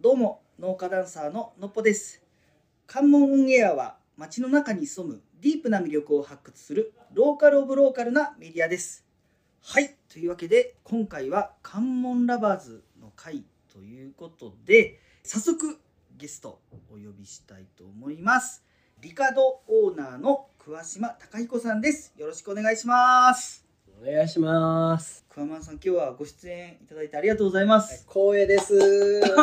どうも農家ダンサーののっぽです関門オンエアは街の中に潜むディープな魅力を発掘するローカルオブローカルなメディアですはいというわけで今回は関門ラバーズの会ということで早速ゲストお呼びしたいと思いますリカドオーナーの桑島隆彦さんですよろしくお願いしますお願いします。桑間さん今日はご出演いただいてありがとうございます、光栄 です。嬉すい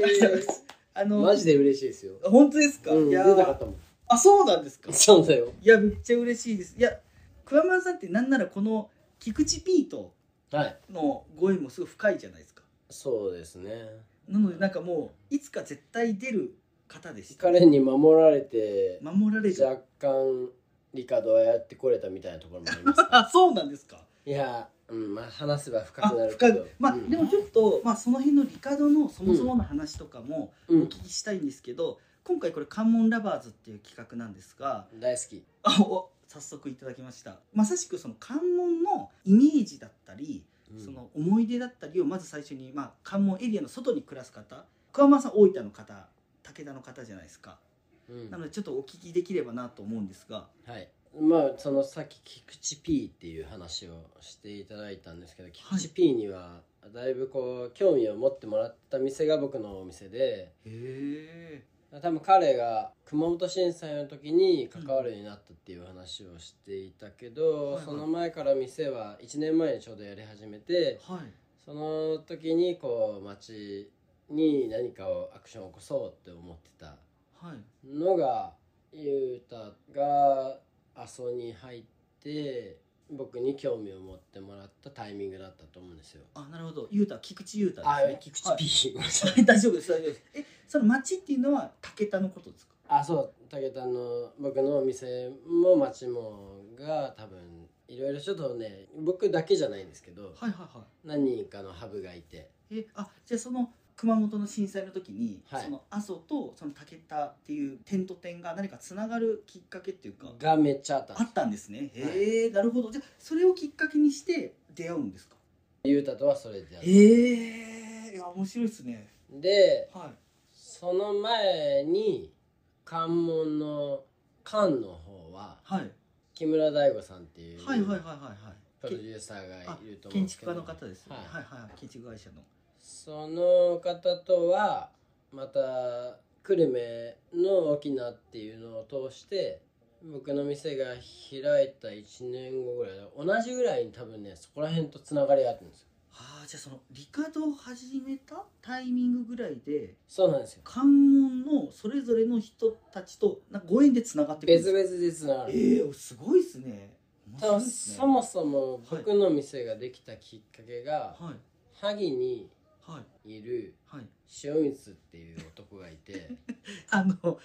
ませんしあい。のマジで嬉しいですよ。本当ですか、うん、い出やたかったもん。あそうなんですかそうだよ。いやめっちゃ嬉しいですいや桑間さんってなんならこの菊池ピートはい。のご縁もすごい深いじゃないですかそうですね。なのでなんかもういつか絶対出る方でした彼に守られて、守られる若干リカドはやってこれたみたいなところもあります、 ね。あそうなんですかいや、うん、まあ話せば深あくなる深けどく。まあ、うんでもちょっと、まあ、その辺のリカドのそもそもの話とかもうおん、聞きしたいんですけど、今回これ「関門ラバーズ」っていう企画なんですが大好き。あお早速いただきましたまさしくその関門のイメージだったりうんその思い出だったりをまず最初に、まあ、関門エリアの外に暮らす方桑間さん大分の方武田の方じゃないですか、うんなのでちょっとお聞きできればなと思うんですがはい、まあそのさっき菊池 P っていう話をしていただいたんですけど菊池 P にはだいぶこう興味を持ってもらった店が僕のお店でへえ多分彼が熊本震災の時に関わるようになったっていう話をしていたけうんど、はいはいその前から店は1年前にちょうどやり始めてはいその時にこう街に何かをアクションを起こそうって思ってたはいのがゆうたが阿蘇に入って僕に興味を持ってもらったタイミングだったと思うんですよ。あなるほど雄太菊池雄太あです、ね、菊池 P、ごめんなさいはい 大丈夫です大丈夫ですえその町っていうのは武田のことですか あそう武田の僕のお店も町もが多分いろいろちょっとね僕だけじゃないんですけどはいはいは何人かのハブがいていえあじゃあその熊本の震災の時に、はいその阿蘇とその武田っていう点と点が何かつながるきっかけっていうかがめっちゃあったんあですったんですね。へえ、なるほど。じゃあそれをきっかけにして出会うんですか。ゆうたとはそれであったええいや面白いですね。ではその前に関門の関の方はいはい木村大吾さんっていうはいはいはいはいはい。プロデューサーがあいると思う建んですけ築家どの方ですよね。ははいいはい建築会社の。その方とはまた久留米の沖縄っていうのを通して僕の店が開いた1年後ぐらい同じぐらいに多分ねそこら辺とつながりがあったんですよああじゃあそのリカドを始めたタイミングぐらいでそうなんですよ関門のそれぞれの人たちとなんかご縁でつながってくるん別ですか。々でつながるええすごいですね。面た白いだですそね。もそも僕の店ができたきっかけがはい萩にはいいるはい。塩光っていう男がいてあのこ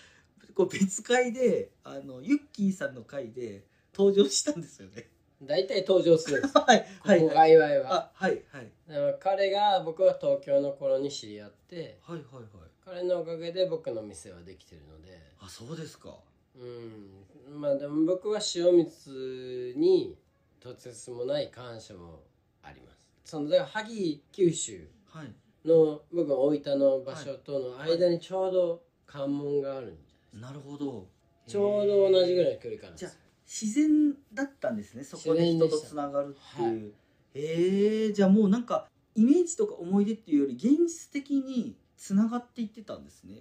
う別会であのユッキーさんの会で登場したんですよね。大体登場するんですよはいこはいこはい。がいわいはあはいはいでも彼が僕は東京の頃に知り合ってはいはいはい。彼のおかげで僕の店はできてるのであそうですか。うんまあでも僕は塩光にとてつもない感謝もありますそのだから萩九州はい。の僕は大分の場所との間にちょうど関門があるんじゃないなるほど。ですかちょうど同じぐらい。いの距離感なんですよ自然だったんですね。そこで人とつながるって自いう。ええじゃあもうなんかイメージとか思い出っていうより現実的につながっていってたんですね。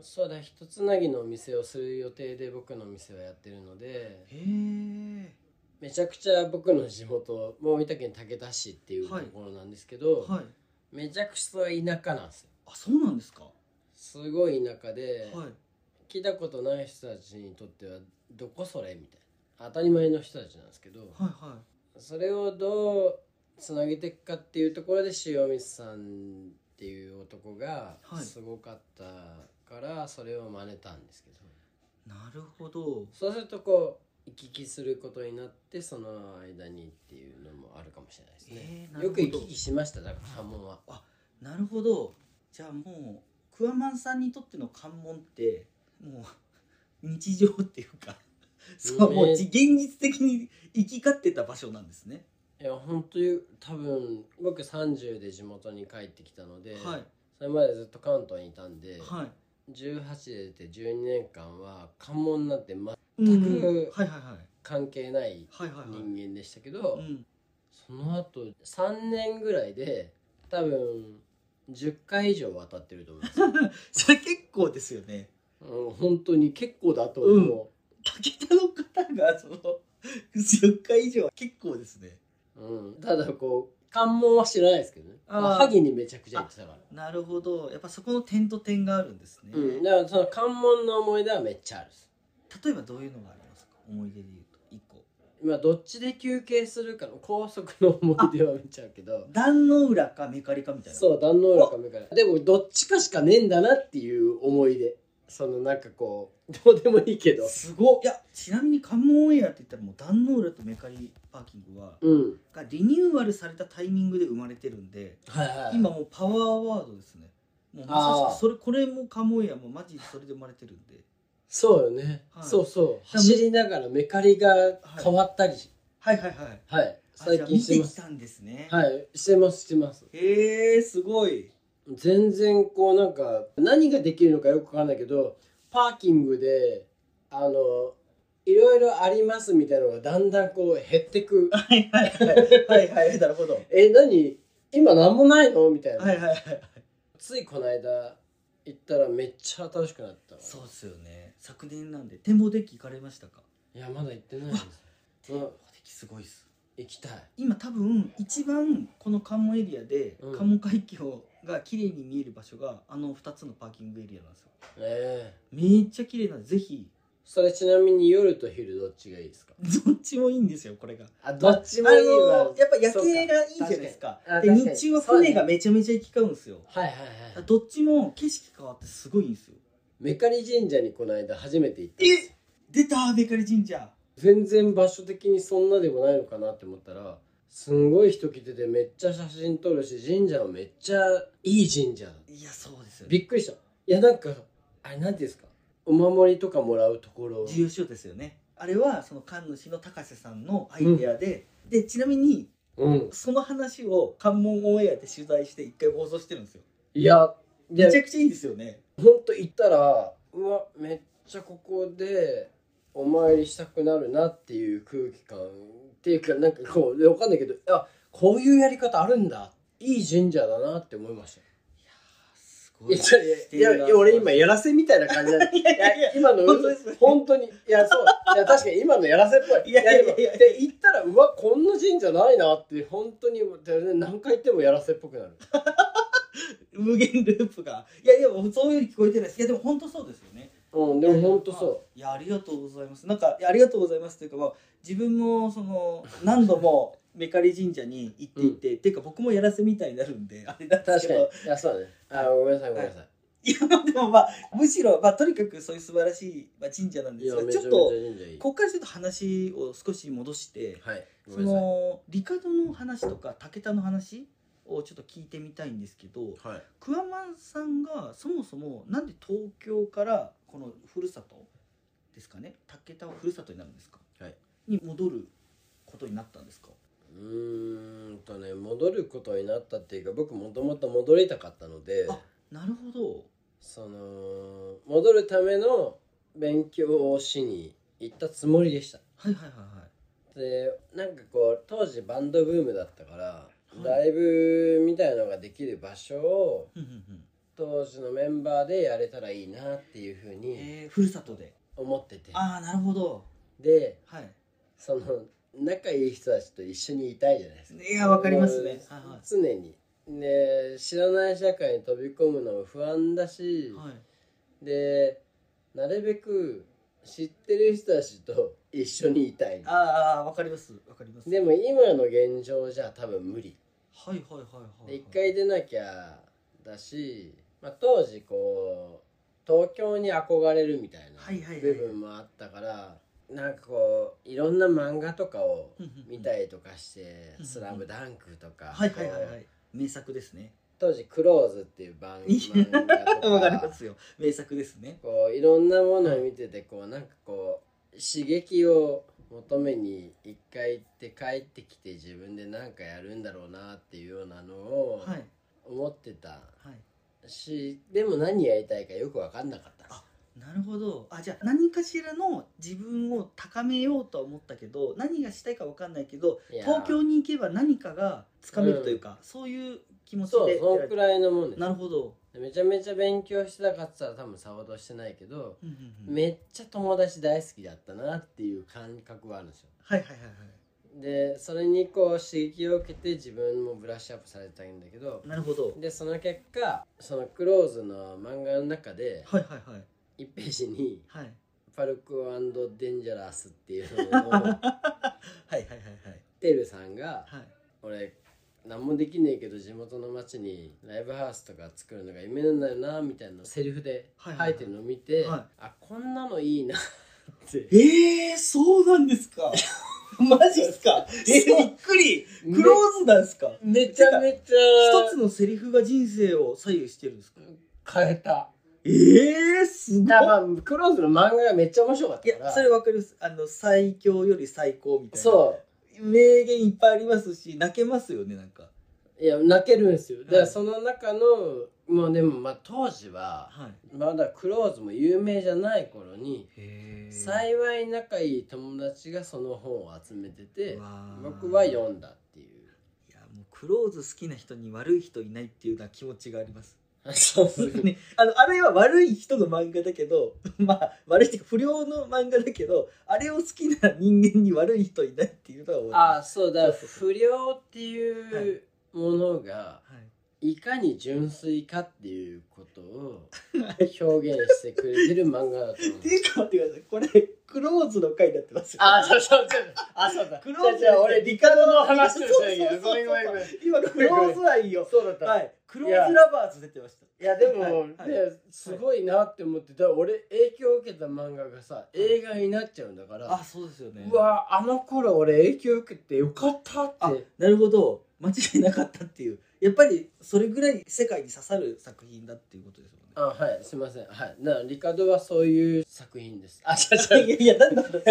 そうだ一つなぎのお店をする予定で僕の店はやってるのでへえ。めちゃくちゃ僕の地元もう大分県竹田市っていうとはいころなんですけど、はい。めちゃくちゃ田舎なんですよあそうなんですか。はすごい田舎で、い。聞いたことない人たちにとってはどこそれみたいな当たり前の人たちなんですけど、はいはい。それをどうつなげていくかっていうところで塩水さんっていう男がはいすごかったからそれを真似たんですけど、なるほど。そうするとこう行き来することになってその間にっていうのもあるかもしれないですね、えーなるよほくど行き来しましただから関門はなるほどじゃあもうクワマンさんにとっての関門ってもう日常っていうかそう、うんもうじ現実的に行き交ってた場所なんですねいや本当に多分僕30で地元に帰ってきたので、はいそれまでずっと関東にいたんで、はい18で出て12年間は関門なんて全くうんはいはいはい関係ないはいはいはい人間でしたけど、うんその後3年ぐらいで多分10回以上渡ってると思い ます、それ結構ですよねうん、本当に結構だと思武田の方がその10回以上は結構ですねう、うんただこう関門は知らないですけどねあーまあ萩にめちゃくちゃ行ってたから、なるほどやっぱそこの点と点があるんですね、うん、例だからその関門の思い出はめっちゃあるですえばどういうのがありますか思い出で言うと一個まあどっちで休憩するかの高速の思い出はめっちゃあるけど壇の浦かメカリかみたいなそう壇ノ浦か目からでもどっちかしかねえんだなっていう思い出そのなんかこうどうでもいいけどすごっいやちなみに関門オンエアって言ったらもう壇の浦とメカリパーキングはうんがリニューアルされたタイミングで生まれてるんではいはい今もうパワーワードですねもうまさしあーくそれこれも関門オンエアもマジでそれで生まれてるんでそうよね、はいそうそうだから走りながらメカリが変わったりしはいはいはいはい、あじゃ最あ近見しててまきすたんですね、はいしてますしてますへえすごい全然こうなんか何ができるのかよくわかんないけどパーキングであのいろいろありますみたいなのがだんだんこう減っ てくはいはいはいはいはいなるほどえ何今何もないのみたいな、はいはいはいついこの間行ったらめっちゃ楽しくなったわそうですよね昨年なんで展望デッキ行かれましたかいやまだ行ってない んですよ、うん、展望デッキすごいっす行きたい今多分一番この関門エリアでうん関門海峡が綺麗に見える場所があの2つのパーキングエリアなんですよねえめっちゃ綺麗なんでぜひそれちなみに夜と昼どっちがいいですかどっちもいいんですよこれがあどっちもいいあわのやっぱ夜景がいいじゃないですかそうか確でかにあ確かに日中は船がめちゃめちゃ行き交うんですよはいはいだかはらいどっちも景色変わってすごいんですよメカリ神社にこの間初めて行ったんですよ出たベカリ神社全然場所的にそんなでもないのかなって思ったらすんごい人来ててめっちゃ写真撮るし神社もめっちゃいい神社だったいやそうですよねびっくりしたいやなんかあれなんていうんですかお守りとかもらうところ重要ですよねあれはその神主の高瀬さんのアイデアで、でちなみにうんその話を関門オンエアで取材して一回放送してるんですよいやいやめちゃくちゃいいですよねほんと行ったらうわめっちゃここでお参りしたくなるなっていう空気感っていうかなんかこうわかんないけどあこういうやり方あるんだいい神社だなって思いましたすごいやいやいやいや俺今やらせみたいな感じなんだいやい いややいや今の本当です本当にいやそういや確かに今のやらせっぽいいやいやいやいやで行ったらうわこんな神社ないなって本当にで何回行ってもやらせっぽくなる無限ループがいやいやそういうふうに聞こえてないですいやでも本当そうですよねうんでも本当そいやありがとうございますなんかいやありがとうございますというか、まあ、自分もその何度もメカリ神社に行っていて、っていうか僕もやらせみたいになるんであれなんうですけ確かどにいやそうだねあごめんなさいごめんなさいいやま あでもまあむしろ、まあ、とにかくそういう素晴らしい、まあ、神社なんいですやがめちちょゃっめちゃと神社いいここからちょっと話を少し戻してはいごそめんなのリカドの話とか武田の話をちょっと聞いてみたいんですけどさいはい桑間さんがそもそもなんで東京からこのふるさとですかね武田はふるさとになるんですか、はいに戻ることになったんですかうーんとね戻ることになったっていうか僕もともと戻りたかったのであなるほどその戻るための勉強をしに行ったつもりでしたはいはいはいはいでなんかこう当時バンドブームだったから、いライブみたいのができる場所をふんふんふん当時のメンバーでやれたらいいなっていうふうにえー、ふるさとで思っててああなるほどではいその仲いい人たちと一緒にいたいじゃないですかいやわかりますねもうはいはい常にで知らない社会に飛び込むのも不安だし、はいでなるべく知ってる人たちと一緒にいたいああわかりますわかりますでも今の現状じゃ多分無理はいはいはいはでい一回出なきゃだし、まあ、当時こう東京に憧れるみたいなはいはいはい部分もあったから、なんかこういろんな漫画とかをうんうんうん見たりとかして「うんスラムダンクとか、はいはいはいはこうい名作ですね当時「クローズ」っていう 番いや漫画とかわかりますよ名作ですねこういろんなものを見ててこうなんかこう刺激を求めに一回行って帰ってきて自分で何かやるんだろうなっていうようなのをはい思ってたはいし、でも何やりたいかよく分かんなかったんですなるほどあじゃあ何かしらの自分を高めようとは思ったけど何がしたいか分かんないけどいや東京に行けば何かがつかめるというか、そういう気持ちそうでそのくらいのもんですなるほど、めちゃめちゃ勉強してたかって言ったら多分さほどしてないけど、うんうんうんはいめっちゃ友達大好きだったなっていう感覚はあるんですよはいはいはでそれにこう刺激を受けて自分もブラッシュアップされてたんだけどいなるほどはいでその結果そのクローズの漫画の中ではいはい1ページにはい「パルコデンジャラス」っていうはいのをはいはいはいテルさんがはい「俺何もできねえけど地元の町にライブハウスとか作るのが夢なんだよな」みたいなセリフではいはいはい書いてるのを見て、はいあこんなのいいなってえー、そうなんですかマジっすかえそうびっくりクローズなんですかめめちゃめちゃ一つのセリフが人生を左右してるんですか変えたえー、すごいだからまあクローズの漫画がめっちゃ面白かっいたからやそれわかりますあの最強より最高みたいなそう名言いっぱいありますし泣けますよねなんかういや泣けるんですよ、はでいその中のもうでもまあ当時ははいまだクローズも有名じゃない頃にへえ幸い仲いい友達がその本を集めてて僕僕はよいや読んだっていうもうクローズ好きな人に悪い人いないっていうような気持ちがあります、 そうですねね、あのあれは悪い人の漫画だけど まあ悪いっていうか不良の漫画だけどあれを好きな人間に悪い人いないっていうのは思いあまあそうだそう不良っていうものがすはいいかに純粋かっていうことを表現してくれてる漫画だと思う っていうか待ってくださいこれクローズの回になってますよあ、そうそうそう。あ、そうだ。クローズじゃあじゃあ俺、リカドの話をしそうてるけど、そごうそめうんごめんごめん。今クローズ愛よそうだった。、はいいクローズラバーズ出てましたや、でも、はいはいねすごいなって思って、だから俺、影響を受けた漫画がさ、映画になっちゃうんだから、あそうですよねうわ、あの頃俺、影響を受けてよかったあって。なるほど間違いなかったっていうやっぱりそれぐらい世界に刺さる作品だっていうことですもんねあはい、すいません。はい。なリカドはそういう作品です。あ、違う違う。 いやいやなんだろう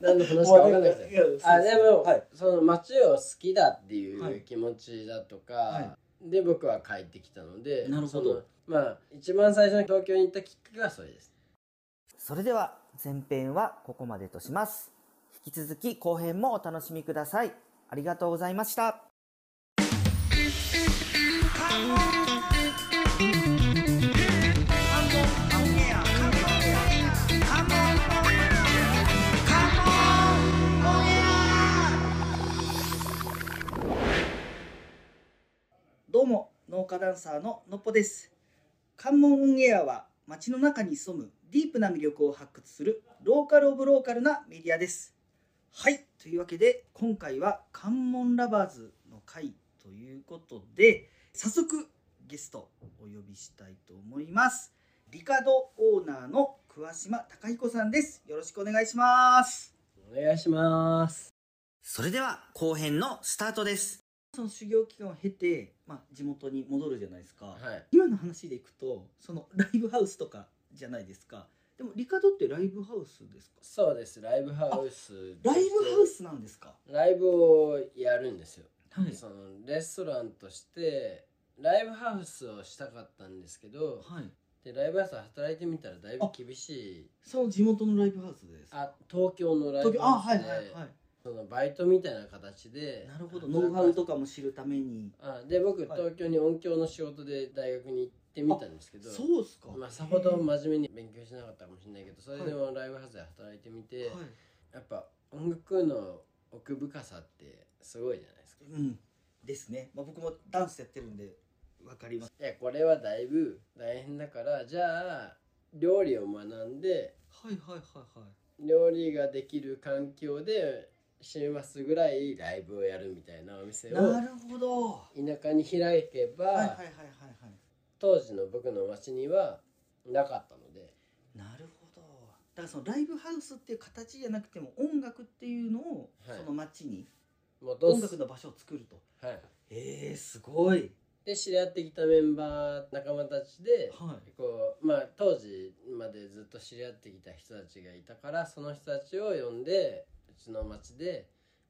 何の話か分かんないですいやそうすあでも、はいその街を好きだっていはうい気持ちだとか、はで僕は帰ってきたのでなるほどそのまあ一番最初に東京に行ったきっかけがそれですそれでは前編はここまでとします引き続き後編もお楽しみくださいありがとうございましたどうも農家ダンサーののっぽです関門オンエアは街の中に潜むディープな魅力を発掘するローカルオブローカルなメディアですはいというわけで今回は関門ラバーズの会ということで早速ゲストお呼びしたいと思いますリカドオーナーの桑島隆彦さんですよろしくお願いしますお願いしますそれでは後編のスタートですその修行期間を経て、まあ、地元に戻るじゃないですか、はい今の話でいくとそのライブハウスとかじゃないですかでもリカドってライブハウスですかそうですライブハウスライブハウスなんですかライブをやるんですよ、はいそのレストランとしてライブハウスをしたかったんですけどはいでライブハウスで働いてみたらだいぶ厳しいその地元のライブハウスですあ東京のライブ東京あハはウいスはいはでそのバイトみたいな形でいなるほどノウハウとかも知るためにあで僕はい東京に音響の仕事で大学に行ってみたんですけどそうっすかまあさほど真面目に勉強しなかったかもしれないけどそれでもライブハウスで働いてみへて、ーはいやっぱ音楽の奥深さってすごいじゃないですかうんですねまあ僕もダンスやってるんでわかりますいやこれはだいぶ大変だからじゃあ料理を学んではいはいはいはい料理ができる環境で週末ぐらいライブをやるみたいなお店をなるほどは田舎に開けば、いはいはいはいはい当時の僕の町にはなかったのでなるほどだからそのライブハウスっていう形じゃなくても音楽っていうのをはいその街にもうどう音す楽の場所を作るとはい、えー、すごいで知り合ってきたメンバー仲間たちではこう、まあ、当時までずっと知り合ってきた人たちがいたからその人たちを呼んでちの町で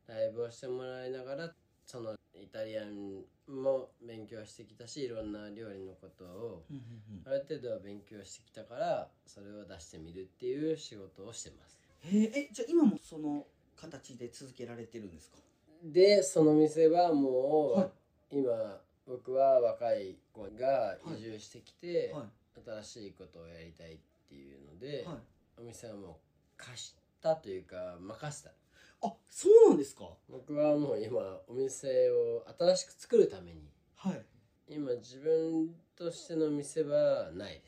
ライブをしてもらいながらそのイタリアンも勉強してきたしいろんな料理のことをうんうんうんある程度は勉強してきたからそれを出してみるっていう仕事をしてますへええじゃあ今もその形で続けられてるんですかでその店はもう、はい今僕は若い子が移住してきて、は新しいことをやりたいっていうのいで、はいお店はもう貸したというか任せたあそうなんですか僕はもう今お店を新しく作るためにはい今自分としての店はない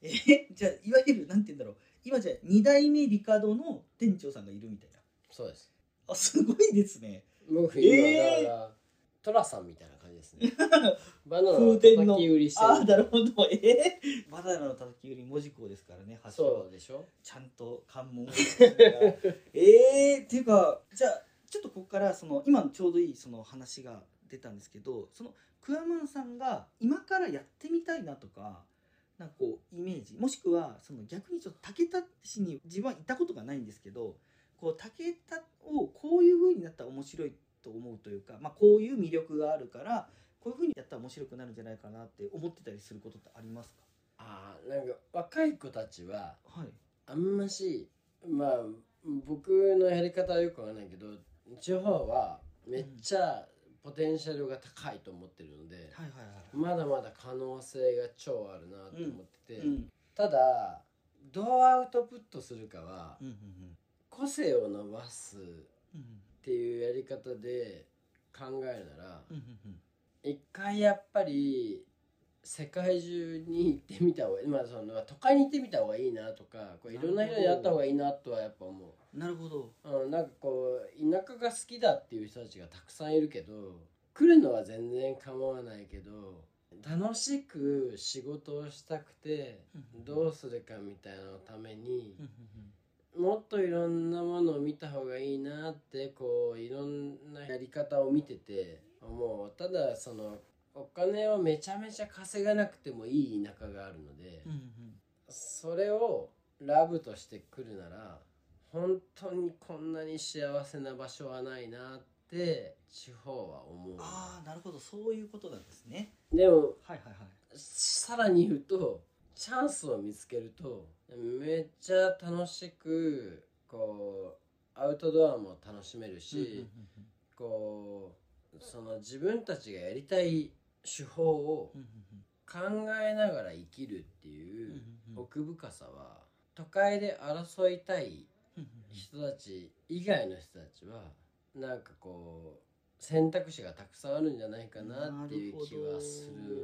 ですえ じゃあいわゆるなんて言うんだろう今じゃあ2代目リカドの店長さんがいるみたいなそうですあすごいですね僕えー今だから、トラさんみたいな感じです ねバナナを風叩天のき売りしてああなるほどえー、バナナのたたき売り文字工ですからね発祥はそうでしょちゃんと関門えー、っていうかじゃあちょっとここからその今のちょうどいいその話が出たんですけどそのクワマンさんが今からやってみたいなとかなんかこうイメージもしくはその逆にちょっと竹田市に自分は行ったことがないんですけどこう竹田をこういう風になったら面白いと思うというか、まあ、こういう魅力があるからこういう風にやったら面白くなるんじゃないかなって思ってたりすることってありますかああなんか若い子たちははいあんましまあ僕のやり方はよくわかんないけど地方はめっちゃポテンシャルが高いと思ってるので、はいはいはまだまだ可能性が超あるなと思ってて、い。うんただどうアウトプットするかはうんうんうん個性を伸ばすっうんていうやり方で考えるならうんうんうん一回やっぱり世界中に行ってみた方が今その都会に行ってみた方がいいなとかこういろんな人に会った方がいいなとはやっぱ思う。なるほど。うん、なんかこう田舎が好きだっていう人たちがたくさんいるけど来るのは全然構わないけど楽しく仕事をしたくてどうするかみたいなのためにうんもっといろんなものを見た方がいいなってこういろんなやり方を見ててもうただそのお金をめちゃめちゃ稼がなくてもいい田舎があるので。うんうんそれをラブとしてくるなら本当にこんなに幸せな場所はないなって地方は思ああ、なるほど、そういうことなんですね。うでもはいはいはい。さらに言うとチャンスを見つけるとめっちゃ楽しくこうアウトドアも楽しめるし、こうその自分たちがやりたい手法をうんうん考えながら生きるっていううんうん奥深さは都会で争いたいうん人たち以外の人たちはなんかこう選択肢がたくさんあるんじゃないかなっていう気はすなほる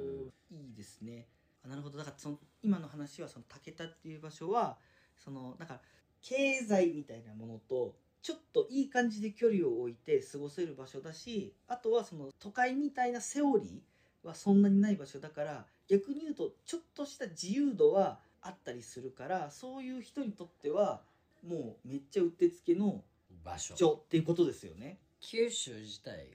どいいですね。あなるほど、だからその今の話はその竹田っていう場所はそのだから経済みたいなものと。ちょっといい感じで距離を置いて過ごせる場所だしあとはその都会みたいなセオリーはそんなにない場所だから逆に言うとちょっとした自由度はあったりするからそういう人にとってはもうめっちゃうってつけの場所所っていうことですよね。九州自体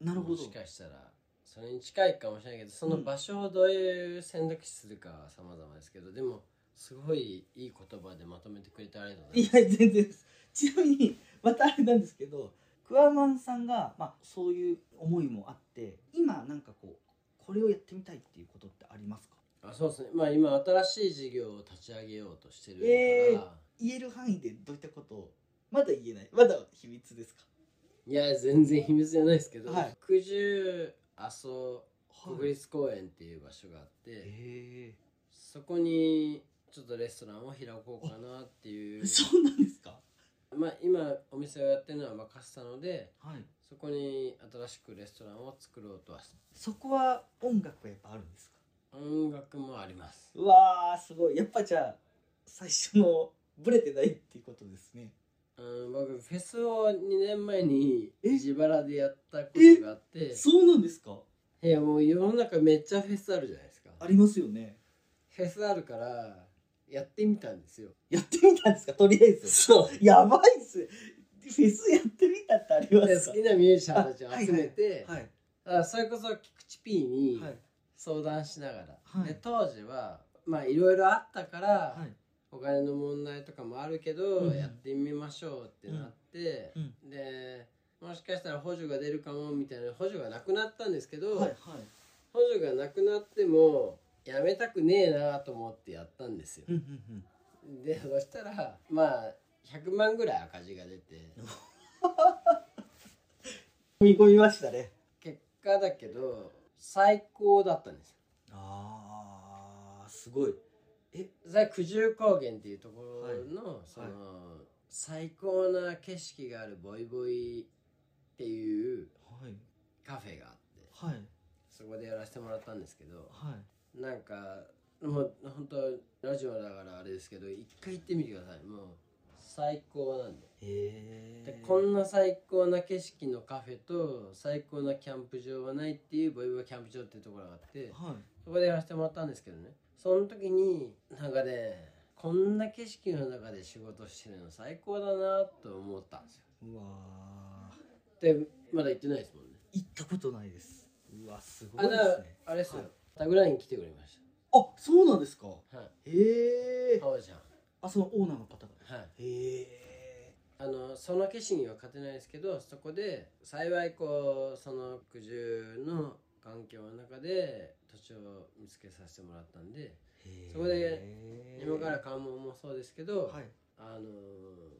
なるがほもど。しかしたらそれに近いかもしれないけどその場所をどういう選択肢するかは様々ですけどでもすごいいい言葉でまとめてくれてありがとうございいやます。全然です。ちなみにまたあれなんですけどクワマンさんが、まあ、そういう思いもあって今なんかこうこれをやってみたいっていうことってありますかあそうですねまあ今新しい事業を立ち上げようとしてるから、えー言える範囲でどういったことをまだ言えないまだ秘密ですかいや全然秘密じゃないですけど、はい福住阿蘇国立公園っていう場所があって、えそこにちょっとレストランを開こうかなっていえうそうなんですかまあ今お店をやってるのは任せたのではいそこに新しくレストランを作ろうとはそこは音楽はやっぱあるんですか音楽もありますうわーすごいやっぱじゃあ最初のブレてないっていうことですねうん僕フェスを2年前にえ自腹でやったことがあってそうなんですかいやもう世の中めっちゃフェスあるじゃないですかありますよねフェスあるからやってみたんですよやってみたんですかとりあえずそうやばいっすフェスやってみたってありまです好かきなミュージシャンたちを集めて、はいあそれこそ菊池 P にはい相談しながら、はいで当時はまあいろいろあったから、はいお金の問題とかもあるけど、うんやってみましょうってなって、うでもしかしたら補助が出るかもみたいな補助がなくなったんですけど、はいはい補助がなくなってもやめたくねえなと思ってやったんですようんうんでそしたらまあ100万ぐらい赤字が出てうん見込みましたね結果だけど最高だったんですよあーすごいそれは九十高原っていうところの、その、はい最高な景色があるボイボイっていうはいカフェがあってはいそこでやらせてもらったんですけどはいなんかもう本当ラジオだからあれですけど一回行ってみてくださいもう最高なんでへでえこんな最高な景色のカフェと最高なキャンプ場はないっていうボイボイキャンプ場っていうところがあってはいそこでやらせてもらったんですけどねその時になんかねこんな景色の中で仕事してるの最高だなと思ったんですようわでまだ行ってないですもんねー行ったことないですうわすごあいでだからすねあれですよ、はいタグライン来てくれましあそうなんですかたはいへえかおちゃんあそのオーナーの方がはいへえあのその景色には勝てないですけどそこで幸いこうその苦渋の環境の中で土地を見つけさせてもらったんでそこで今から関門もそうですけど、はいあの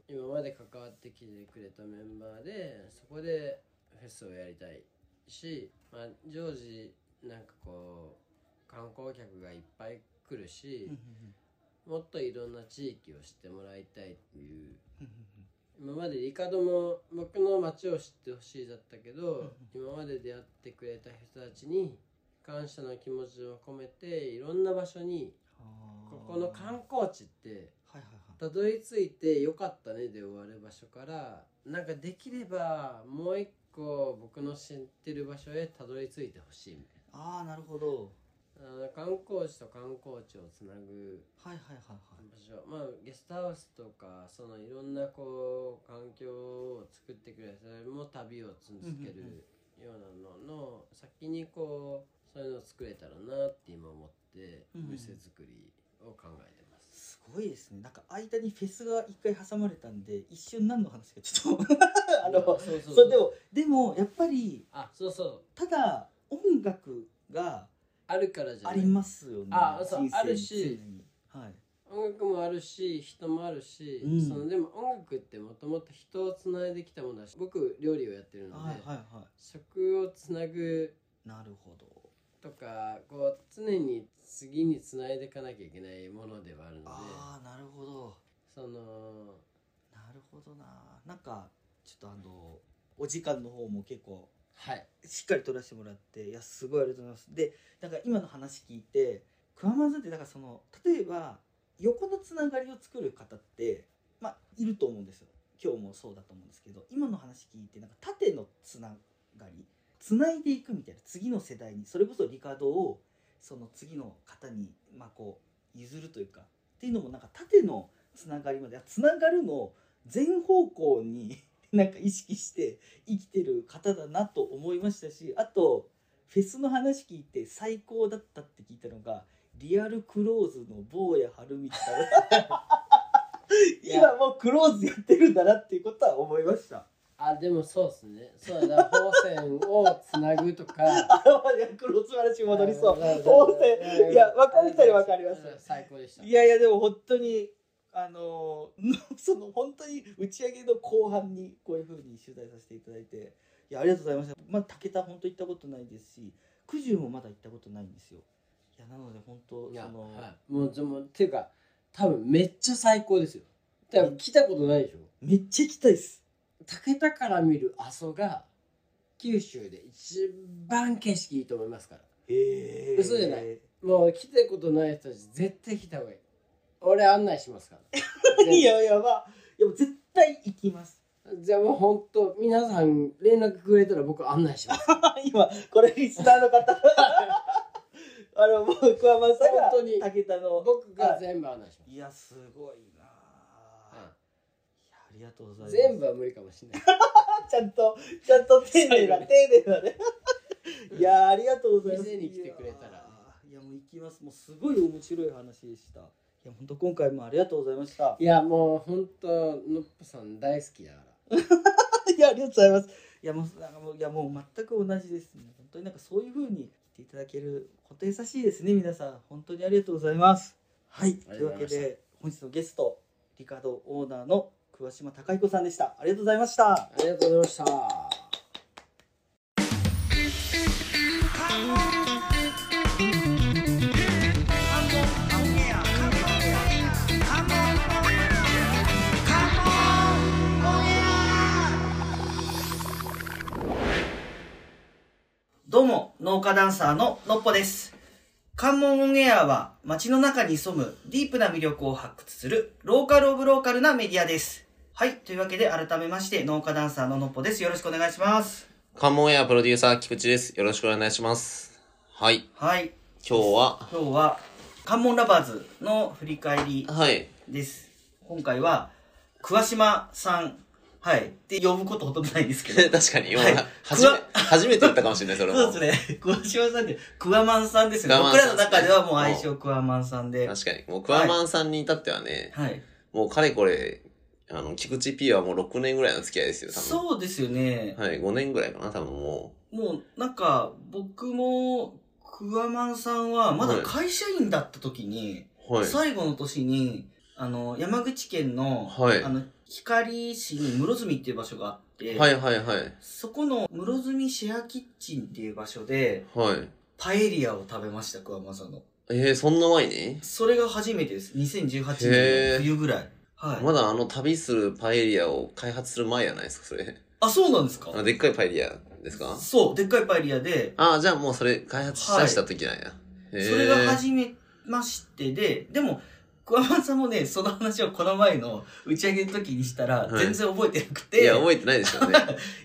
今まで関わってきてくれたメンバーでそこでフェスをやりたいし、まあ、常時なんかこう観光客がいっぱい来るし、もっといろんな地域を知ってもらいたいっていう今までリカードも僕の街を知ってほしいだったけど今まで出会ってくれた人たちに感謝の気持ちを込めていろんな場所にここの感観光地ってはいはいはいたどり着いてよかったねで終わる場所からなんかできればもう一個僕の知ってる場所へたどり着いてほしいみたいああなるほどなあの観光地と観光地をつなぐはいはいはいはい場所まあゲストハウスとかそのいろんなこう環境を作ってくれるそれも旅を続けうんうんるようなのの先にこうそういうのを作れたらなって今思ってうんうん店作りを考えてます。すごいですねなんか間にフェスが一回挟まれたんで一瞬何の話かちょっと あのうそうそうでもでもやっぱりあそうそうただ音楽があるからじゃあないりますよねあそう人生にあるし常にはい音楽もあるし人もあるし、うんそのでも音楽ってもともと人をつないできたものだし僕料理をやってるので、はいはいは食をつなぐいなるほどとかこう常に次につないでいかなきゃいけないものではあるのでああなるほどそのなるほどななんかちょっとあのお時間の方も結構はいしっかり取らせてもらっていやすごいありがとうございますでなんか今の話聞いてクワマンさんってだからその例えば横のつながりを作る方ってまあいると思うんですよ今日もそうだと思うんですけど今の話聞いてなんか縦のつながりつないでいくみたいな次の世代にそれこそリカードをその次の方にまあこう譲るというかっていうのもなんか縦のつながりまでつながるのを全方向に なんか意識して生きてる方だなと思いましたしあとフェスの話聞いて最高だったって聞いたのがリアルクローズの坊や春道だな今もうクローズやってるんだなっていうことは思いました。あでもそうですねそうだから宝線をつなぐとかあいやクローズ話に 戻りそう。宝線いや分かる人に分かりますうん最高でしたいやいやでも本当にあの その本当に打ち上げの後半にこういう風に取材させていただいていやありがとうございましたまあ竹田本当行ったことないですし九十もまだ行ったことないんですよいやなので本当そいや、の、はい、もうでもっていうか多分めっちゃ最高ですよ多分来たことないでしょめっちゃ行きたいです武田から見る阿蘇が九州で一番景色いいと思いますからへえ嘘じゃないもう来たことない人たち絶対来た方がいい俺案内しますから いやいやまあいやもう絶対行きますじゃあもう本当皆さん連絡くれたら僕案内します 本 今これリスナーの 方あのもう桑間さんが当に竹田の僕が全部案内しまいやすごいなす、あ、はいいやありがとうございます全部は無理かもしれないちゃんと、ちゃんと丁寧な、最後に丁寧な ね。いやー、ありがとうございます。店に来てくれたらねいやー。いや、もう行きます。もうすごい面白い話でした。いや、本当今回もありがとうございました。いやもう本当のっぽさん大好きだからいや、ありがとうございます。いや、もう、なんかもう、いや、もう全く同じですね。本当になんかそういう風に来ていただける、本当に優しいですね、皆さん。本当にありがとうございます。はい、とありがといううわございけましたで、本日のゲスト、リカードオーナーの桑島孝彦さんでした。ありがとうございました。ありがとうございました。どうも、農家ダンサーののっぽです。関門オンエアは街の中に潜むディープな魅力を発掘するローカルオブローカルなメディアです。はい。というわけで改めまして農家ダンサーののっぽです。よろしくお願いします。関門やプロデューサー菊池です。よろしくお願いします。はい。はい。今日は、今日は関門ラバーズの振り返りはい。 です。今回は桑島さん、はい。って呼ぶことほとんどないんです けど。確かに、今、はい初めくわ、初めて言ったかもしれない、それも。そうですね。桑島さんって、クワマンさんですね。クワマン僕さんらの中ではもう愛称クワマンさんで。確かに。もう、クワマンさんに至ってはね、はい。もう、かれこれ、あの、菊池 P はもう6年ぐらいの付き合いですよ、多分。そうですよね。はい、5年ぐらいかな、多分ももう、なんか、僕も、クワマンさんは、まだ会社員だった時に、う。はい。最後の年に、あの、山口県の、はいあの、光市に室積っていう場所があって、はいはいはい。そこの室積シェアキッチンっていう場所で、はい。パエリアを食べました、クワマンさんの。えー、そんな前にそれが初めてです。2018年へのー冬ぐらい。はい。まだあの、旅するパエリアを開発する前じゃないですか、それ。あ、そうなんですかあの、でっかいパエリアですかそう、でっかいパエリアで、ああ、じゃあもうそれ開発しだした時なんや。そへーれが初めましてで、でも、桑原さんもね、その話をこの前の打ち上げの時にしたら、はい全然覚えてなくて、いや、覚えてないで しょうね。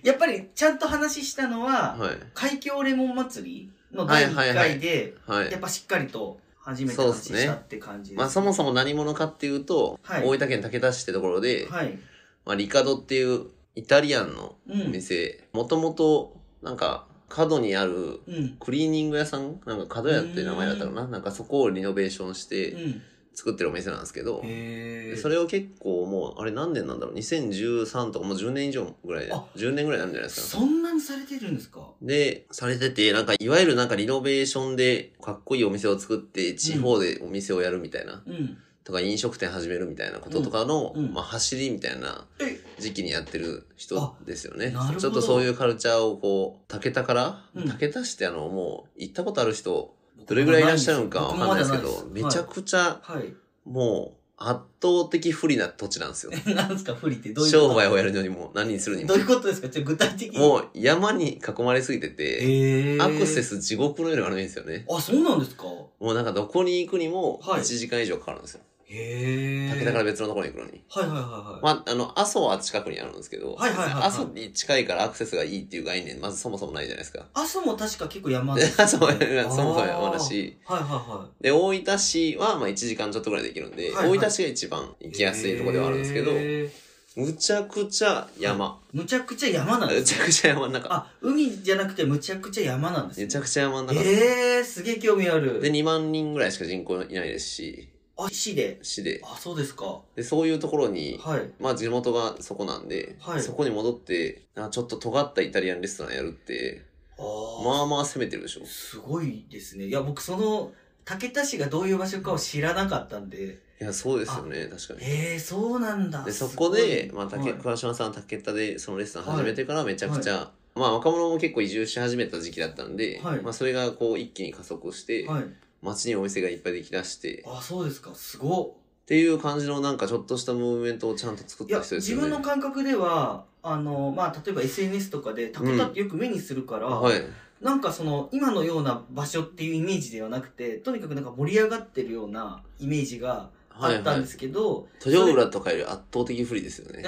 やっぱりちゃんと話したのは、はい。海峡レモン祭りの第1はいはいは回いで、はやっい。ぱしっかりと初めてそう話っすねしたって感じです。まあ、そもそも何者かっていうと、はい大分県竹田市ってところで、はい。まあ、リカドっていうイタリアンのうん。店、もともと、なんか、角にあるうん。クリーニング屋さんなんか角屋っていう名前だったかななんかそこをリノベーションしうてん。作ってるお店なんですけど、へでーそれを結構もう、あれ何年なんだろう ?2013 とかもう10年以上ぐらいであ、 10年ぐらいになるんじゃないですか。そんなにされてるんですかで、されてて、なんか、いわゆるなんかリノベーションで、かっこいいお店を作って、地方でお店をやるみたいな、うん。とか飲食店始めるみたいなこととかの、うんうんまあ、走りみたいなえ時期にやってる人ですよねあなるほ。どちょっとそういうカルチャーをこう、竹田から、うん竹田市ってあの、もう、行ったことある人、どれぐらいいらっしゃるのかわかんないですけど、僕もまだめちゃないくちゃ、はい。はいもう、圧倒的不利な土地なんですよ。なんですか、不利ってどういう こと商売をやるのにも、何にするにもどう。いうことですかちょっと具体的に。もう、山に囲まれすぎてて、えアクセ。ス地獄のように悪いんですよね。あ、そうなんですかもうなんかどこに行くにもはい1時間以上かかるんですよ。へえ。竹田から別のところに行くのに。はいはいはいはい。まあ、あの、阿蘇は近くにあるんですけど、はいはいはいはい阿蘇に近いからアクセスがいいっていう概念、まずそもそもないじゃないですか。阿蘇も確か結構山でです阿よ蘇ね、は そもそも山だし、あー。はいはいはで、大分市はまあ1時間ちょっとぐらいで行けるんで、はいはい大分市が一番い。行きやすいところではあるんですけど、へーむちゃくちゃ 山。むちゃくちゃ山なんでむす ちねゃくちゃ山の中。あ、海じゃなくてむちゃくちゃ山なんですねめちゃくちゃ山の中。ええー、すげえ興味ある。で、2万人ぐらいしか人口いないですし、あ、市で。市で。あ、そうですか。はで、そういうところに、い。まあ地元がそこなんで、はいそこに戻って、あちょっと尖ったイタリアンレストランやるって、あーまあまあ攻めてるでしょ。いすごいですね。いや、僕その、竹田市がどういう場所かを知らなかったんで。や、そうですよね、確かに。ええー、そうなんだ。で、そすごこいで、まあ、竹、はい桑島さん竹田でそのレストラン始めてからめちゃくちゃ、まあ若者も結構移住し始めた時期だったんで、はいまあそれがこう一気に加速して、はい。街にお店がいっぱいできだして、っあ、そうですか。すごていう感じのなんかちょっとしたムーブメントをちゃんと作っいや、た人です自よね。分の感覚では、あの、まあ、例えば SNS とかで、竹田ってよく目にするから、はい。なんかその、今のような場所っていうイメージではなくて、とにかくなんか盛り上がってるようなイメージがはあいったはんいです。けど、 豊浦とかより圧倒的不利ですよね。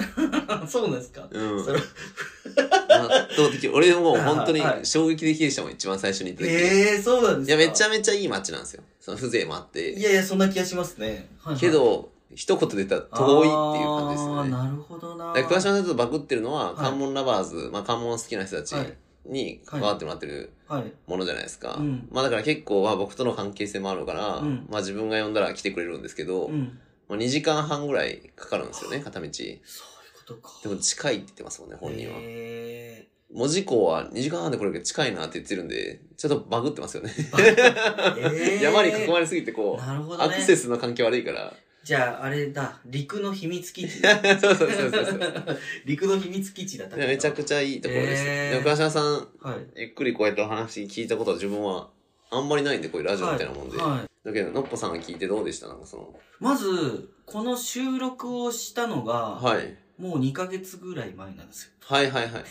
そうなんですか。うん。それ圧倒的。俺もう本当にはいはい衝撃的でしたもん、一番最初に行った時。ええー、そうなんですいか。や、めちゃめちゃいい街なんですよ。その風情もあっいて。やいや、そんな気がしますね。はいはいけ、ど、一言で言ったら遠いっていう感じですよね。あーなるほどな。だから桑島さんとバグってるのは、い関門ラバーズ、まあ関門好きな人たちはいに関わってもらってるはい。ものじゃないですか。うんまあだから結構、まあ僕との関係性もあるから、うんまあ自分が呼んだら来てくれるんですけど、うん。まあ2時間半ぐらいかかるんですよね、片道。そういうこことか。でも近いって言ってますもんね、本人は。へ文字工は2時間半でこれが近いなって言ってるんで、ちょっとバグってますよね。ーえー 山に囲まれすぎてこう、なるほどアねク。セスの環境悪 いから。じゃあ、あれだ、陸の秘密基地。そうそうそうそうそう。陸の秘密基地だっためちゃくちちゃいいところです。へーでも、倉島さん、ゃ。はい。ゆっくりこうやってお話聞いたことは自分はあんまりないんで、こういうラジオみたいなもんで。はい。だけど、のっぽさんが聞いてどうでしたなんかその、まず、この収録をしたのが、はい。もう2ヶ月ぐらい前なんですよ。はいはいはい。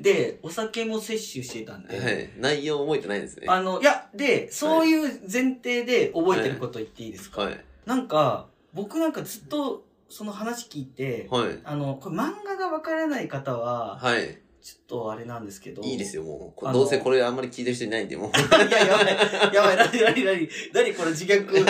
で、お酒も摂取してたんで、はい、内容覚えてないんですね。はあの、いや、で、そういう前提で覚えてること言っていいですか、い。なんか、僕なんかずっとその話聞いて、はい。あの、これ漫画がわからない方は、はい。ちょっとあれなんですけど。いいですよ、もうこあ。のどうせこれあんまり聞いてる人いないんで、もう。いや、やばい、やばい、なになになに、なにこの自虐、なに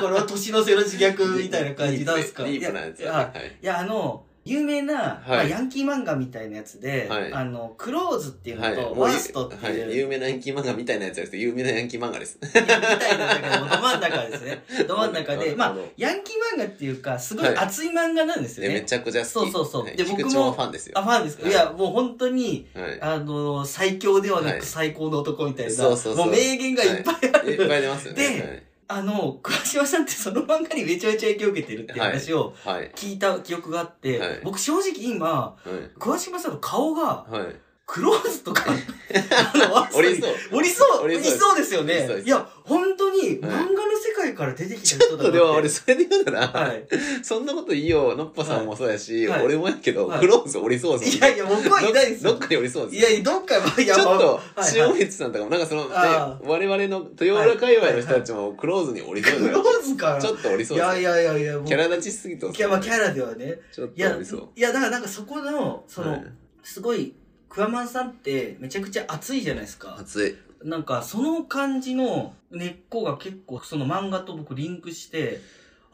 この年の瀬の自虐みたいな感じなんですかディープなやつ。いはや、いやあの、有名な、まあ、ヤンキー漫画みたいなやつで、はいあの、クローズっていい。うのはい。と、もうワーストってはいいう、有名なヤンキー漫画みたいなやつじゃなくて、有名なヤンキー漫画です。みたいなだからもうど真ん中です ね。ど真ん中で、まあ、あ、ヤンキー漫画っていうか、すごいはい熱い漫画なんですよねね。めちゃくちゃ好き。そうそうそうはいで菊僕池ももファンですよ。あ、ファンですか、はいい、や、もう本当に、はい。あの、最強ではなはいく最高の男みたいな、そうそうそもうう名言がいっぱいある。いっぱい出ますよでね。あの、桑島さんってその漫画にめちゃめちゃ影響を受けてるっていう話をはい。はい。聞いた記憶があって、はい僕正直今、は桑島さんの顔が、い。はい。クローズと か、あの、ワースト俺にそう。おりそう、お折りりそうですそうですよ折りねそうで。すいや、本当に漫はい画の世界から出てきたちょ人っだなとって。でも俺、それで言うなら、はい。そんなこといいよ、のっぽさんもそうやし、はい俺もやけど、はいクローズ折りそうですいもんやいや、僕はいないですどよっ。かに折りそうですいやいや、どっか、まあ、いちやょっとまあ、はい塩はい光さんとかも、なんかその、ね、あ我々の豊浦界隈の人たちもクローズに降りそうじクゃなロいーズかちょっと降りいそうですやいやいやいや、もうキャラ立ちしすぎと。いやまあキャラではね。ちょっいや、と降りそう。いや、だからなんかそこの、そはのい、すごい、クワマンさんってめちゃくちゃ熱いじゃないですか。熱い。なんかその感じの根っこが結構その漫画と僕リンクして、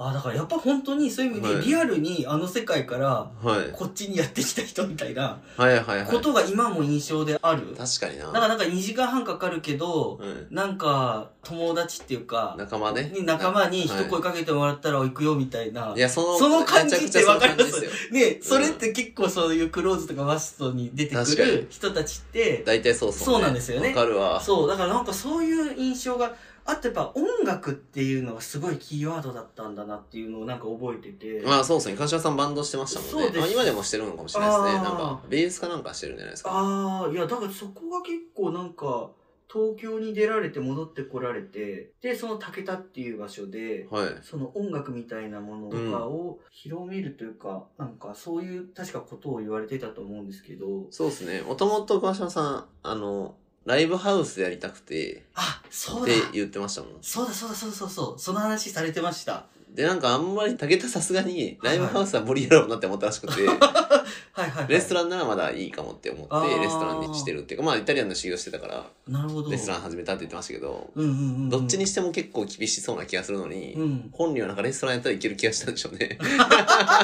あだからやっぱ本当にそういう意味はでいリアルにあの世界からはい。こっちにやってきた人みたいなはいはいはい。こ確とが今も印象である。だかにな。からなんか2時間半かかるけど、うんなんか友達っていうか、仲間ね。に仲間に一はい声かけてもらったら行くよみたいな。いや、その、その感じってめちゃくちゃその感じわかりですよ。ね、それって結構そういうクローズとかワストに出てく確かにる人たちって、大体そうそう、そうなんですよねわかるわ。そう、だからなんかそういう印象が、あとやっぱ音楽っていうのがすごいキーワードだったんだなっていうのをなんか覚えてて。まあそうですね。柏さんバンドしてましたもんそうね。ですまあ今でもしてるのかもしれないですね。あーなんか、ベースかなんかしてるんじゃないですか。ああ、いや、だからそこが結構なんか、東京に出られて戻ってこられて、で、その竹田っていう場所で、はい。その音楽みたいなものとかを広めるというか、なんかそういう確かことを言われてたと思うんですけど、そうですね。もともと柏さん、あの、ライブハウスでやりたくて、あ、そっうだて言ってましたもん。そうだそうだそうそうそう、その話されてました。で、なんかあんまり武田さすがに、ライブハウスは無理やろうなって思ったらしくて、はいはい、はい。レストランならまだいいかもって思あって、ーレストランにしてるっていうか、まあイタリアンの修行してたから、なるほど。レストラン始めたって言ってましたけど、うんうんうんうん。どっちにしても結構厳しそうな気がするのに、うん。本人はなんかレストランやったらいける気がしたんでしょうね。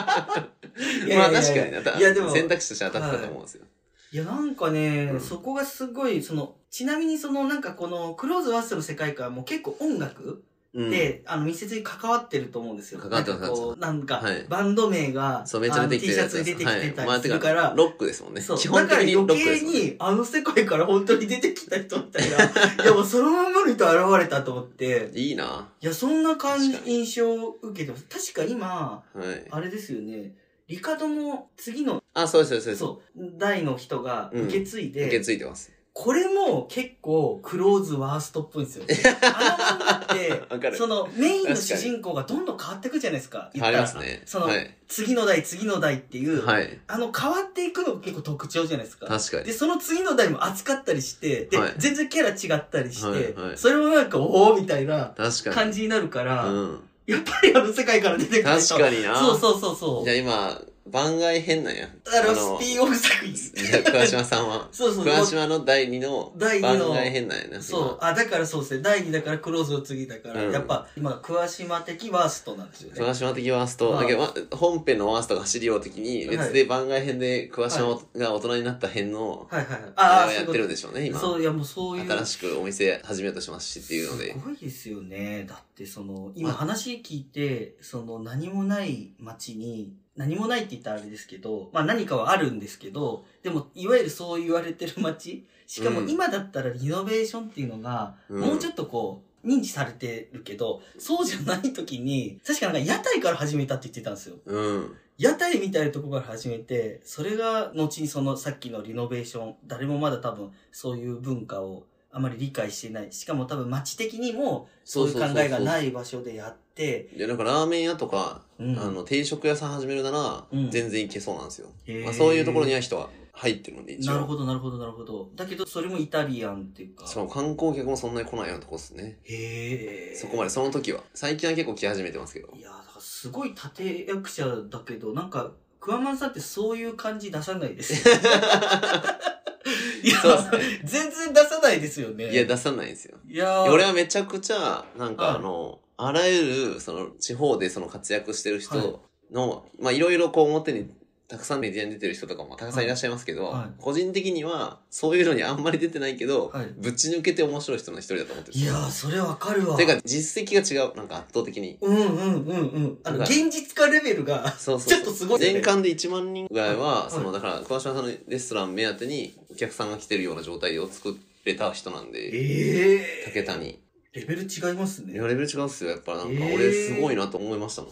いやまあいやい確かやにね、たいやでも選択肢として当たってたと思うんですよ。いや、なんかね、うんそこがすごい、その、ちなみにその、なんかこの、クローズワーストの世界観も結構音楽うんで、あの、密接に関わってると思うんですよ。関わってますなんかこう、なんかはい、バンド名が、そう、めっちゃ出てきてあのる T シャツやつでに出てす。きてたりするかはいまあら、ロックですもんね。そう基だ本か的らにロッ余クで計すもんね。にあの世界から本当に出てきた人みた いないやもうそのまんまの人現れたと思っていいな。いやそんな感じ確かに印象を受けてます確か今はい。あれですよねリカドの次のあ、そうです、そうです。そうそう代の人がうん受け継いですで、受け継いでます。これも結構クローズワーストっぽいんですよ。あの 漫わ画かって、るそのメインの主人公がどんどん変わっていくじゃないですか。変わりますね。その、はい。次の代、次の代っていう、はい。あの変わっていくのが結構特徴じゃないですか。確かにで、。その次の代も扱ったりして、で、はい全然キャラ違ったりして、はいはいそれもなんか、おおみたいな確かに。感じになるから、うん。やっぱりあの世界から出てくる人確かにな。そうそうそうそう。じゃあ今、番外編なんや。あの、スピンオフ作品。。じゃあ、桑島さんはそうそう。桑島の第2の第二番の外編なんやな。そう。あ、だからそうですね。第2だからクローズの次だから、うんやっぱ今、桑島的ワーストなんですよね。今桑島的ワースト、はいだけどま本編のワーストが走りよう的に別で番外編で桑島が大人になった編の、はいはいはい。あああ、れをやってるんでししょうね、今。そう、いやもうそういう。。新しくお店始めようとしますしっていうのですごいですよね。だってその、今まあ話聞いて、その何もない街に、何もないって言ったらあれですけど、まあ何かはあるんですけど、でも、いわゆるそう言われてる街、しかもうん今だったらリノベーションっていうのが、うんもうちょっとこう、認知されてるけど、そうじゃない時に、確かなんか屋台から始めたって言ってたんですよ。うん。。屋台みたいなとこから始めて、それが後にそのさっきのリノベーション、誰もまだ多分そういう文化をあまり理解していない。しかも多分街的にもそういう考えがないい場所でやって、いや、なんかラーメン屋とか、うんあの、定食屋さん始めるならうん、全然いけそうなんですよ。へーまあ、そういうところには人は入ってるので、一応。なるほど、なるほど、なるほど。だけど、それもイタリアンっていうか。しかも観光客もそんなに来ないようなとこっすね。へえ。そこまで、その時は。最近は結構来始めてますけど。いや、だからすごい立役者だけど、なんか、クワマンさんってそういう感じ出さないですよ。いや、 そうっすね 全然出さないですよね。いや、出さないんですよ。いやー俺はめちゃくちゃ、なんはいかあの、あらゆる、その、地方でその活躍してるはい人の、まあ、いろいろこう表に、たくさんメディアに出てる人とかもたくさんいらっしゃいますけど、はいはい個人的には、そういうのにあんまり出てないけど、はいぶち抜けて面白い人の一人だと思ってる。いやー、それわかるわ。ていうか、実績が違う。なんか圧倒的に。うんうんうんうん。あの、なんか現実化レベルが、そう そうちそょうっとすごいよね年間で1万人ぐらいは、はいそのはだから桑島さんのレストラン目当てにお客さんが来てるような状態を作れた人なんでええ竹谷レベル違いますいねや。レベル違うっすよやっぱなんかえー俺すごいなと思いましたもん、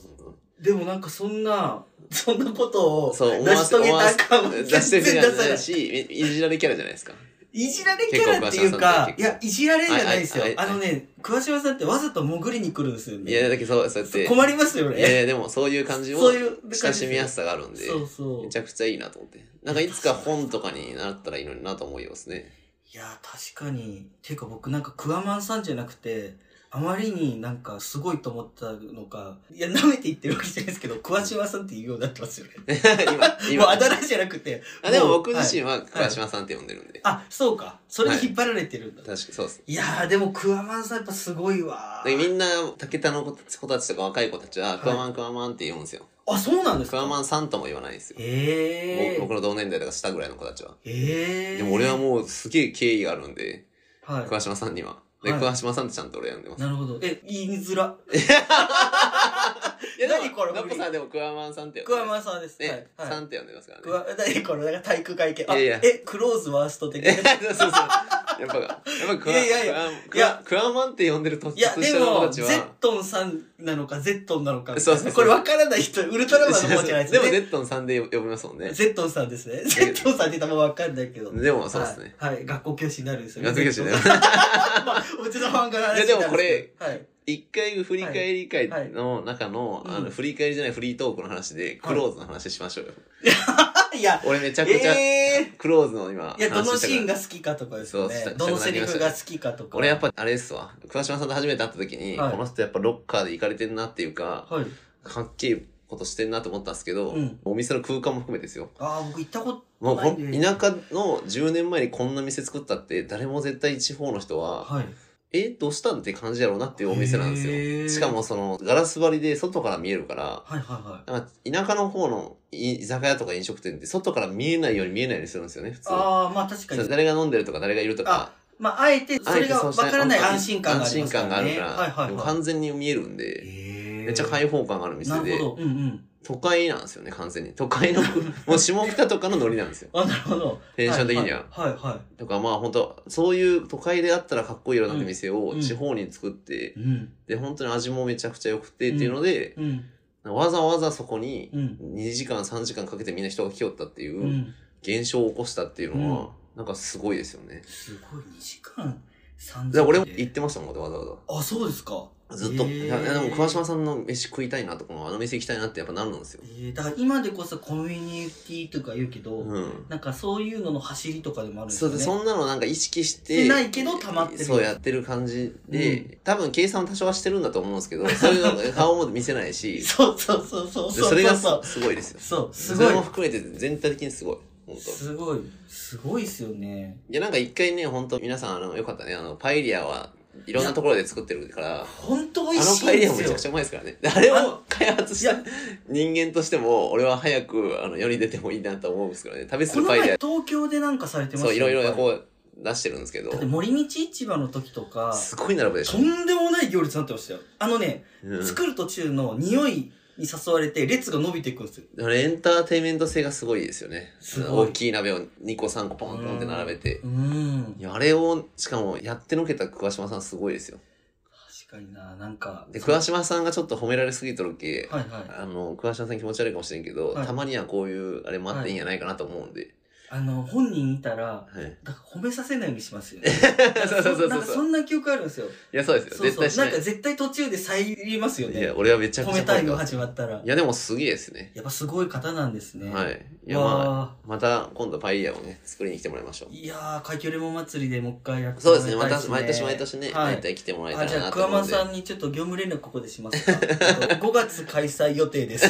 でもなんかそんな、そんなことをそう思成わしせ遂げ思わたせ 感は全出し然てる出じゃさなないい。しいいじられキャラじゃないですかいじられキャラっていうか、い結構桑島さんってや、いじられじゃないですよあ。あああのね、桑島さんってわざと潜りに来るんですよね。いやだけどそうそうやって困りますよいやいね。やでもそういう感じもそういう感じですよ親しみやすさがあるんでそうそう。めいちゃくちゃいいなと思ってなんかいつか本とかになったらいいのになと思います ねや、確かに。ていうか僕なんかクワマンさんじゃなくて、あまりになんかすごいと思ったのか、いや、舐めて言ってるわけじゃないですけど、桑島さんって言うようになってますよね。今もうあだ名じゃなくて。あでもう僕自身はは倉島さんって呼んでるんで、いあ、そうか。それに引っ張られてるんだ。確かにそうですい、やー、でもクワマンさんやっぱすごいわでみんな武田の子たちとか若い子たちは「クワマンクワマン」って言うんですよあ、そうなんですクかワマンさんとも言わないんですよ、へえ。僕僕の同年代とか下ぐらいの子たちはへえ。でも俺はもうすげえ敬意があるんではい。桑島さんにはではい桑島さんってちゃんと俺呼んでますなるほど。え、言いづら。いやでも何これラップさんでもクワマンさんって呼クんでワマまンさんです。すねはい。さはいんって呼んでますからねクワ、何これ、なんか体育会系。あ、いやいやえ、クローズワースト的な。い そうそうやっぱやっぱクワいやいやいやクワクワマンって呼んでる突出や、しでた子も、たちゼはットンさんなのか、ゼットンなのか。そうそうそうこれわからない人、ウルトラマンの方じゃない ですでよもゼね。ットンさんで呼びますもんねゼットンさんですね。ゼットンさんって多分わかんないけど。でもそうですね、はい。はい。学校教師になるんですよね。学校教 師になるゼットンさんまあ、うちの漫画の話になるんすけどいやでもこれ、はい。一回振り返り会の中の、はいはいあうんの、振り返りじゃないフリートークの話で、クローズの話しましょうよ。あ、いや、俺めちゃくちゃ、えクローズの今、ー。いや、どの話したからシーンが好きかとかですよねそうし。たどのセリフが好きかとか。俺やっぱあれですわ。桑島さんと初めて会った時に、はいこの人やっぱロッカーで行かれてんなっていうか、はい。かっけえことしてんなと思ったんですけど、うんお店の空間も含めてですよ。ああ、僕行ったこともうなほいんんで。田舎の10年前にこんな店作ったって、誰も絶対地方の人は、はい。え、どうしたんって感じやろうなっていうお店なんですへーよ。しかもその、ガラス張りで外から見えるから、はいはいはい。なんか田舎の方のい居酒屋とか飲食店って外から見えないように見えないようにするんですよね、普通。ああ、まあ確かそうに。誰が飲んでるとか誰がいるとか。まあ、あえて、それがあえてうわしたからないあ安心感がありますからね。安心感があるから、はいはいもうはい。完全に見えるんで、めめっちゃい開放感があるな店るで、ほど。うんうん。都会なんですよね、完全に。都 会の、もう下北とかのノリなんですよ。あ、なるほど。テンション的には。はいはいはとかまあ本当そういう都会であったらかっこいいよなって店うをん地方に作って、い。うん。で、本当に味もめちゃくちゃ良くてっていうので、うん。わざわざそこにうん。 2時間3時間かけてみんな人が来よったっていう、うん。現象を起こしたっていうのは、なんかすごいですよね。すごい、2時間3で時俺も行ってましたもん、わざわあ、そうですか。ざ。ずっと。へいーやでも、桑島さんの飯食いたいなとか、あの店行きたいなってやっぱなるんですよえ。ーだから今でこそコミュニティとか言うけど、うん。なんかそういうのの走りとかでもあるんですそようね。で、そんなのなんか意識ししてて。ないけど溜まってるそうやってる感じで、多分計算を多少はしてるんだと思うんですけ ど、そういうの顔も見せないし、でそうそうそうそうそう。それがすそう。すごいですよ。そう、すそごれいも。含めて全体的にすごい。本当。すごい。すごいですよね。いや、なんか一回ね、本当皆さん、あの、よかったね。あの、パエリアはいろんなところで作ってるから、本当美あ味のしいパエでリアもめちゃくすちよ。ゃうまいですからね。であれあを開発しいたや人間としても、俺は早くあの世に出てもいいなと思うんですけどね。旅すこるのパエ前リア、東京でなんかされてましたそよう、いろいろこやっう出してるんですけどぱりだっ、て森道市場の時とか、すごい並ぶでしとょ。んでもない行列になってましたよ。あのね、うん作る途中の匂いに誘われて、列が伸びていくんですよ。だからエンターテインメント性がすごいですよね。すごい大きい鍋を2個3個ポンポンって並べて。うんい。やあれを、しかもやってのけた桑島さんすごいですよ。確かにな、なんか。で、桑島さんがちょっと褒められすぎとるけ、はいはい。あの、桑島さん気持ち悪いかもしれんけど、はいたまにはこういうあれもあっていいんじゃないかなと思うんで。あの、本人いたら、はい。だから褒めさせないようにしますよね。 そうそうそうなんかそうそ。んな記憶あるんですよ。いや、そうですよ。そう絶そう。対しななんいか。絶対途中で遮りますよいや、ね。俺はめちゃく褒ちゃめタイムい始まったら。や、でもすげえですね。やっぱすごい方なんですね。はい。いや、まあ、わまた今度パエリアをね、作りに来てもらいましょうあ。。いやー、かきょレモン祭りでもう一回やってそうですね。もらまいたいた、毎年毎年ね、はい大体来てもらえたあ、じらゃあ、な桑と思う間んで。さんにちょっと業務連絡ここでしますか ?5 月開催予定です。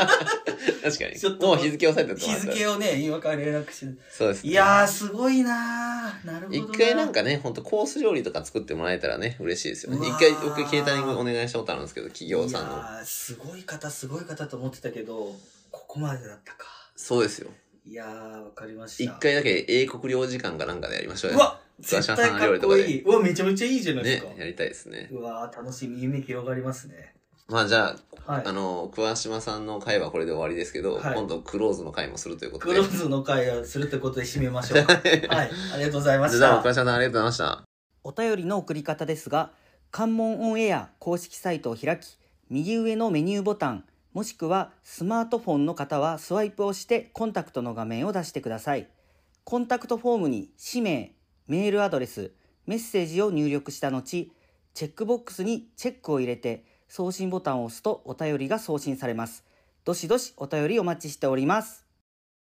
確かちょっに。ともう日付押さえて日付をね、今から連絡して。そうです、ね。いやー、すごいなー。なるほど一回なんか、かね、ほんとコース料理とか作ってもらえたらね、嬉しいですよねう。わー一回僕ケータリングお願いしたことあるんですけど、企業さんいやの。ーすごい方、すごい方と思ってたけど、ここまでだったか。そうですよ。いやー、わかりまし一た。回だけ英国領事館かなんかでやりましょううよ。わ桑絶島対さんのか料っ理とかこでいい。うわ、めちゃめちゃいいじゃないですねか。、やりたいですね。うわー、楽しみ、夢広がりますね。まあじゃあ、はいあ。の、桑島さんの会はこれで終わりですけど、はい今度クローズの会もするということクで。ローズの会をするってことで締めましょう。 はい、ありがとうございましじゃあ、た岡。島さんありがとうございました。お便りの送り方ですが、関門オンエア公式サイトを開き、右上のメニューボタン、もしくはスマートフォンの方はスワイプをしてコンタクトの画面を出してください。コンタクトフォームに氏名、メールアドレス、メッセージを入力した後、チェックボックスにチェックを入れて送信ボタンを押すとお便りが送信されます。どしどしお便りお待ちしております。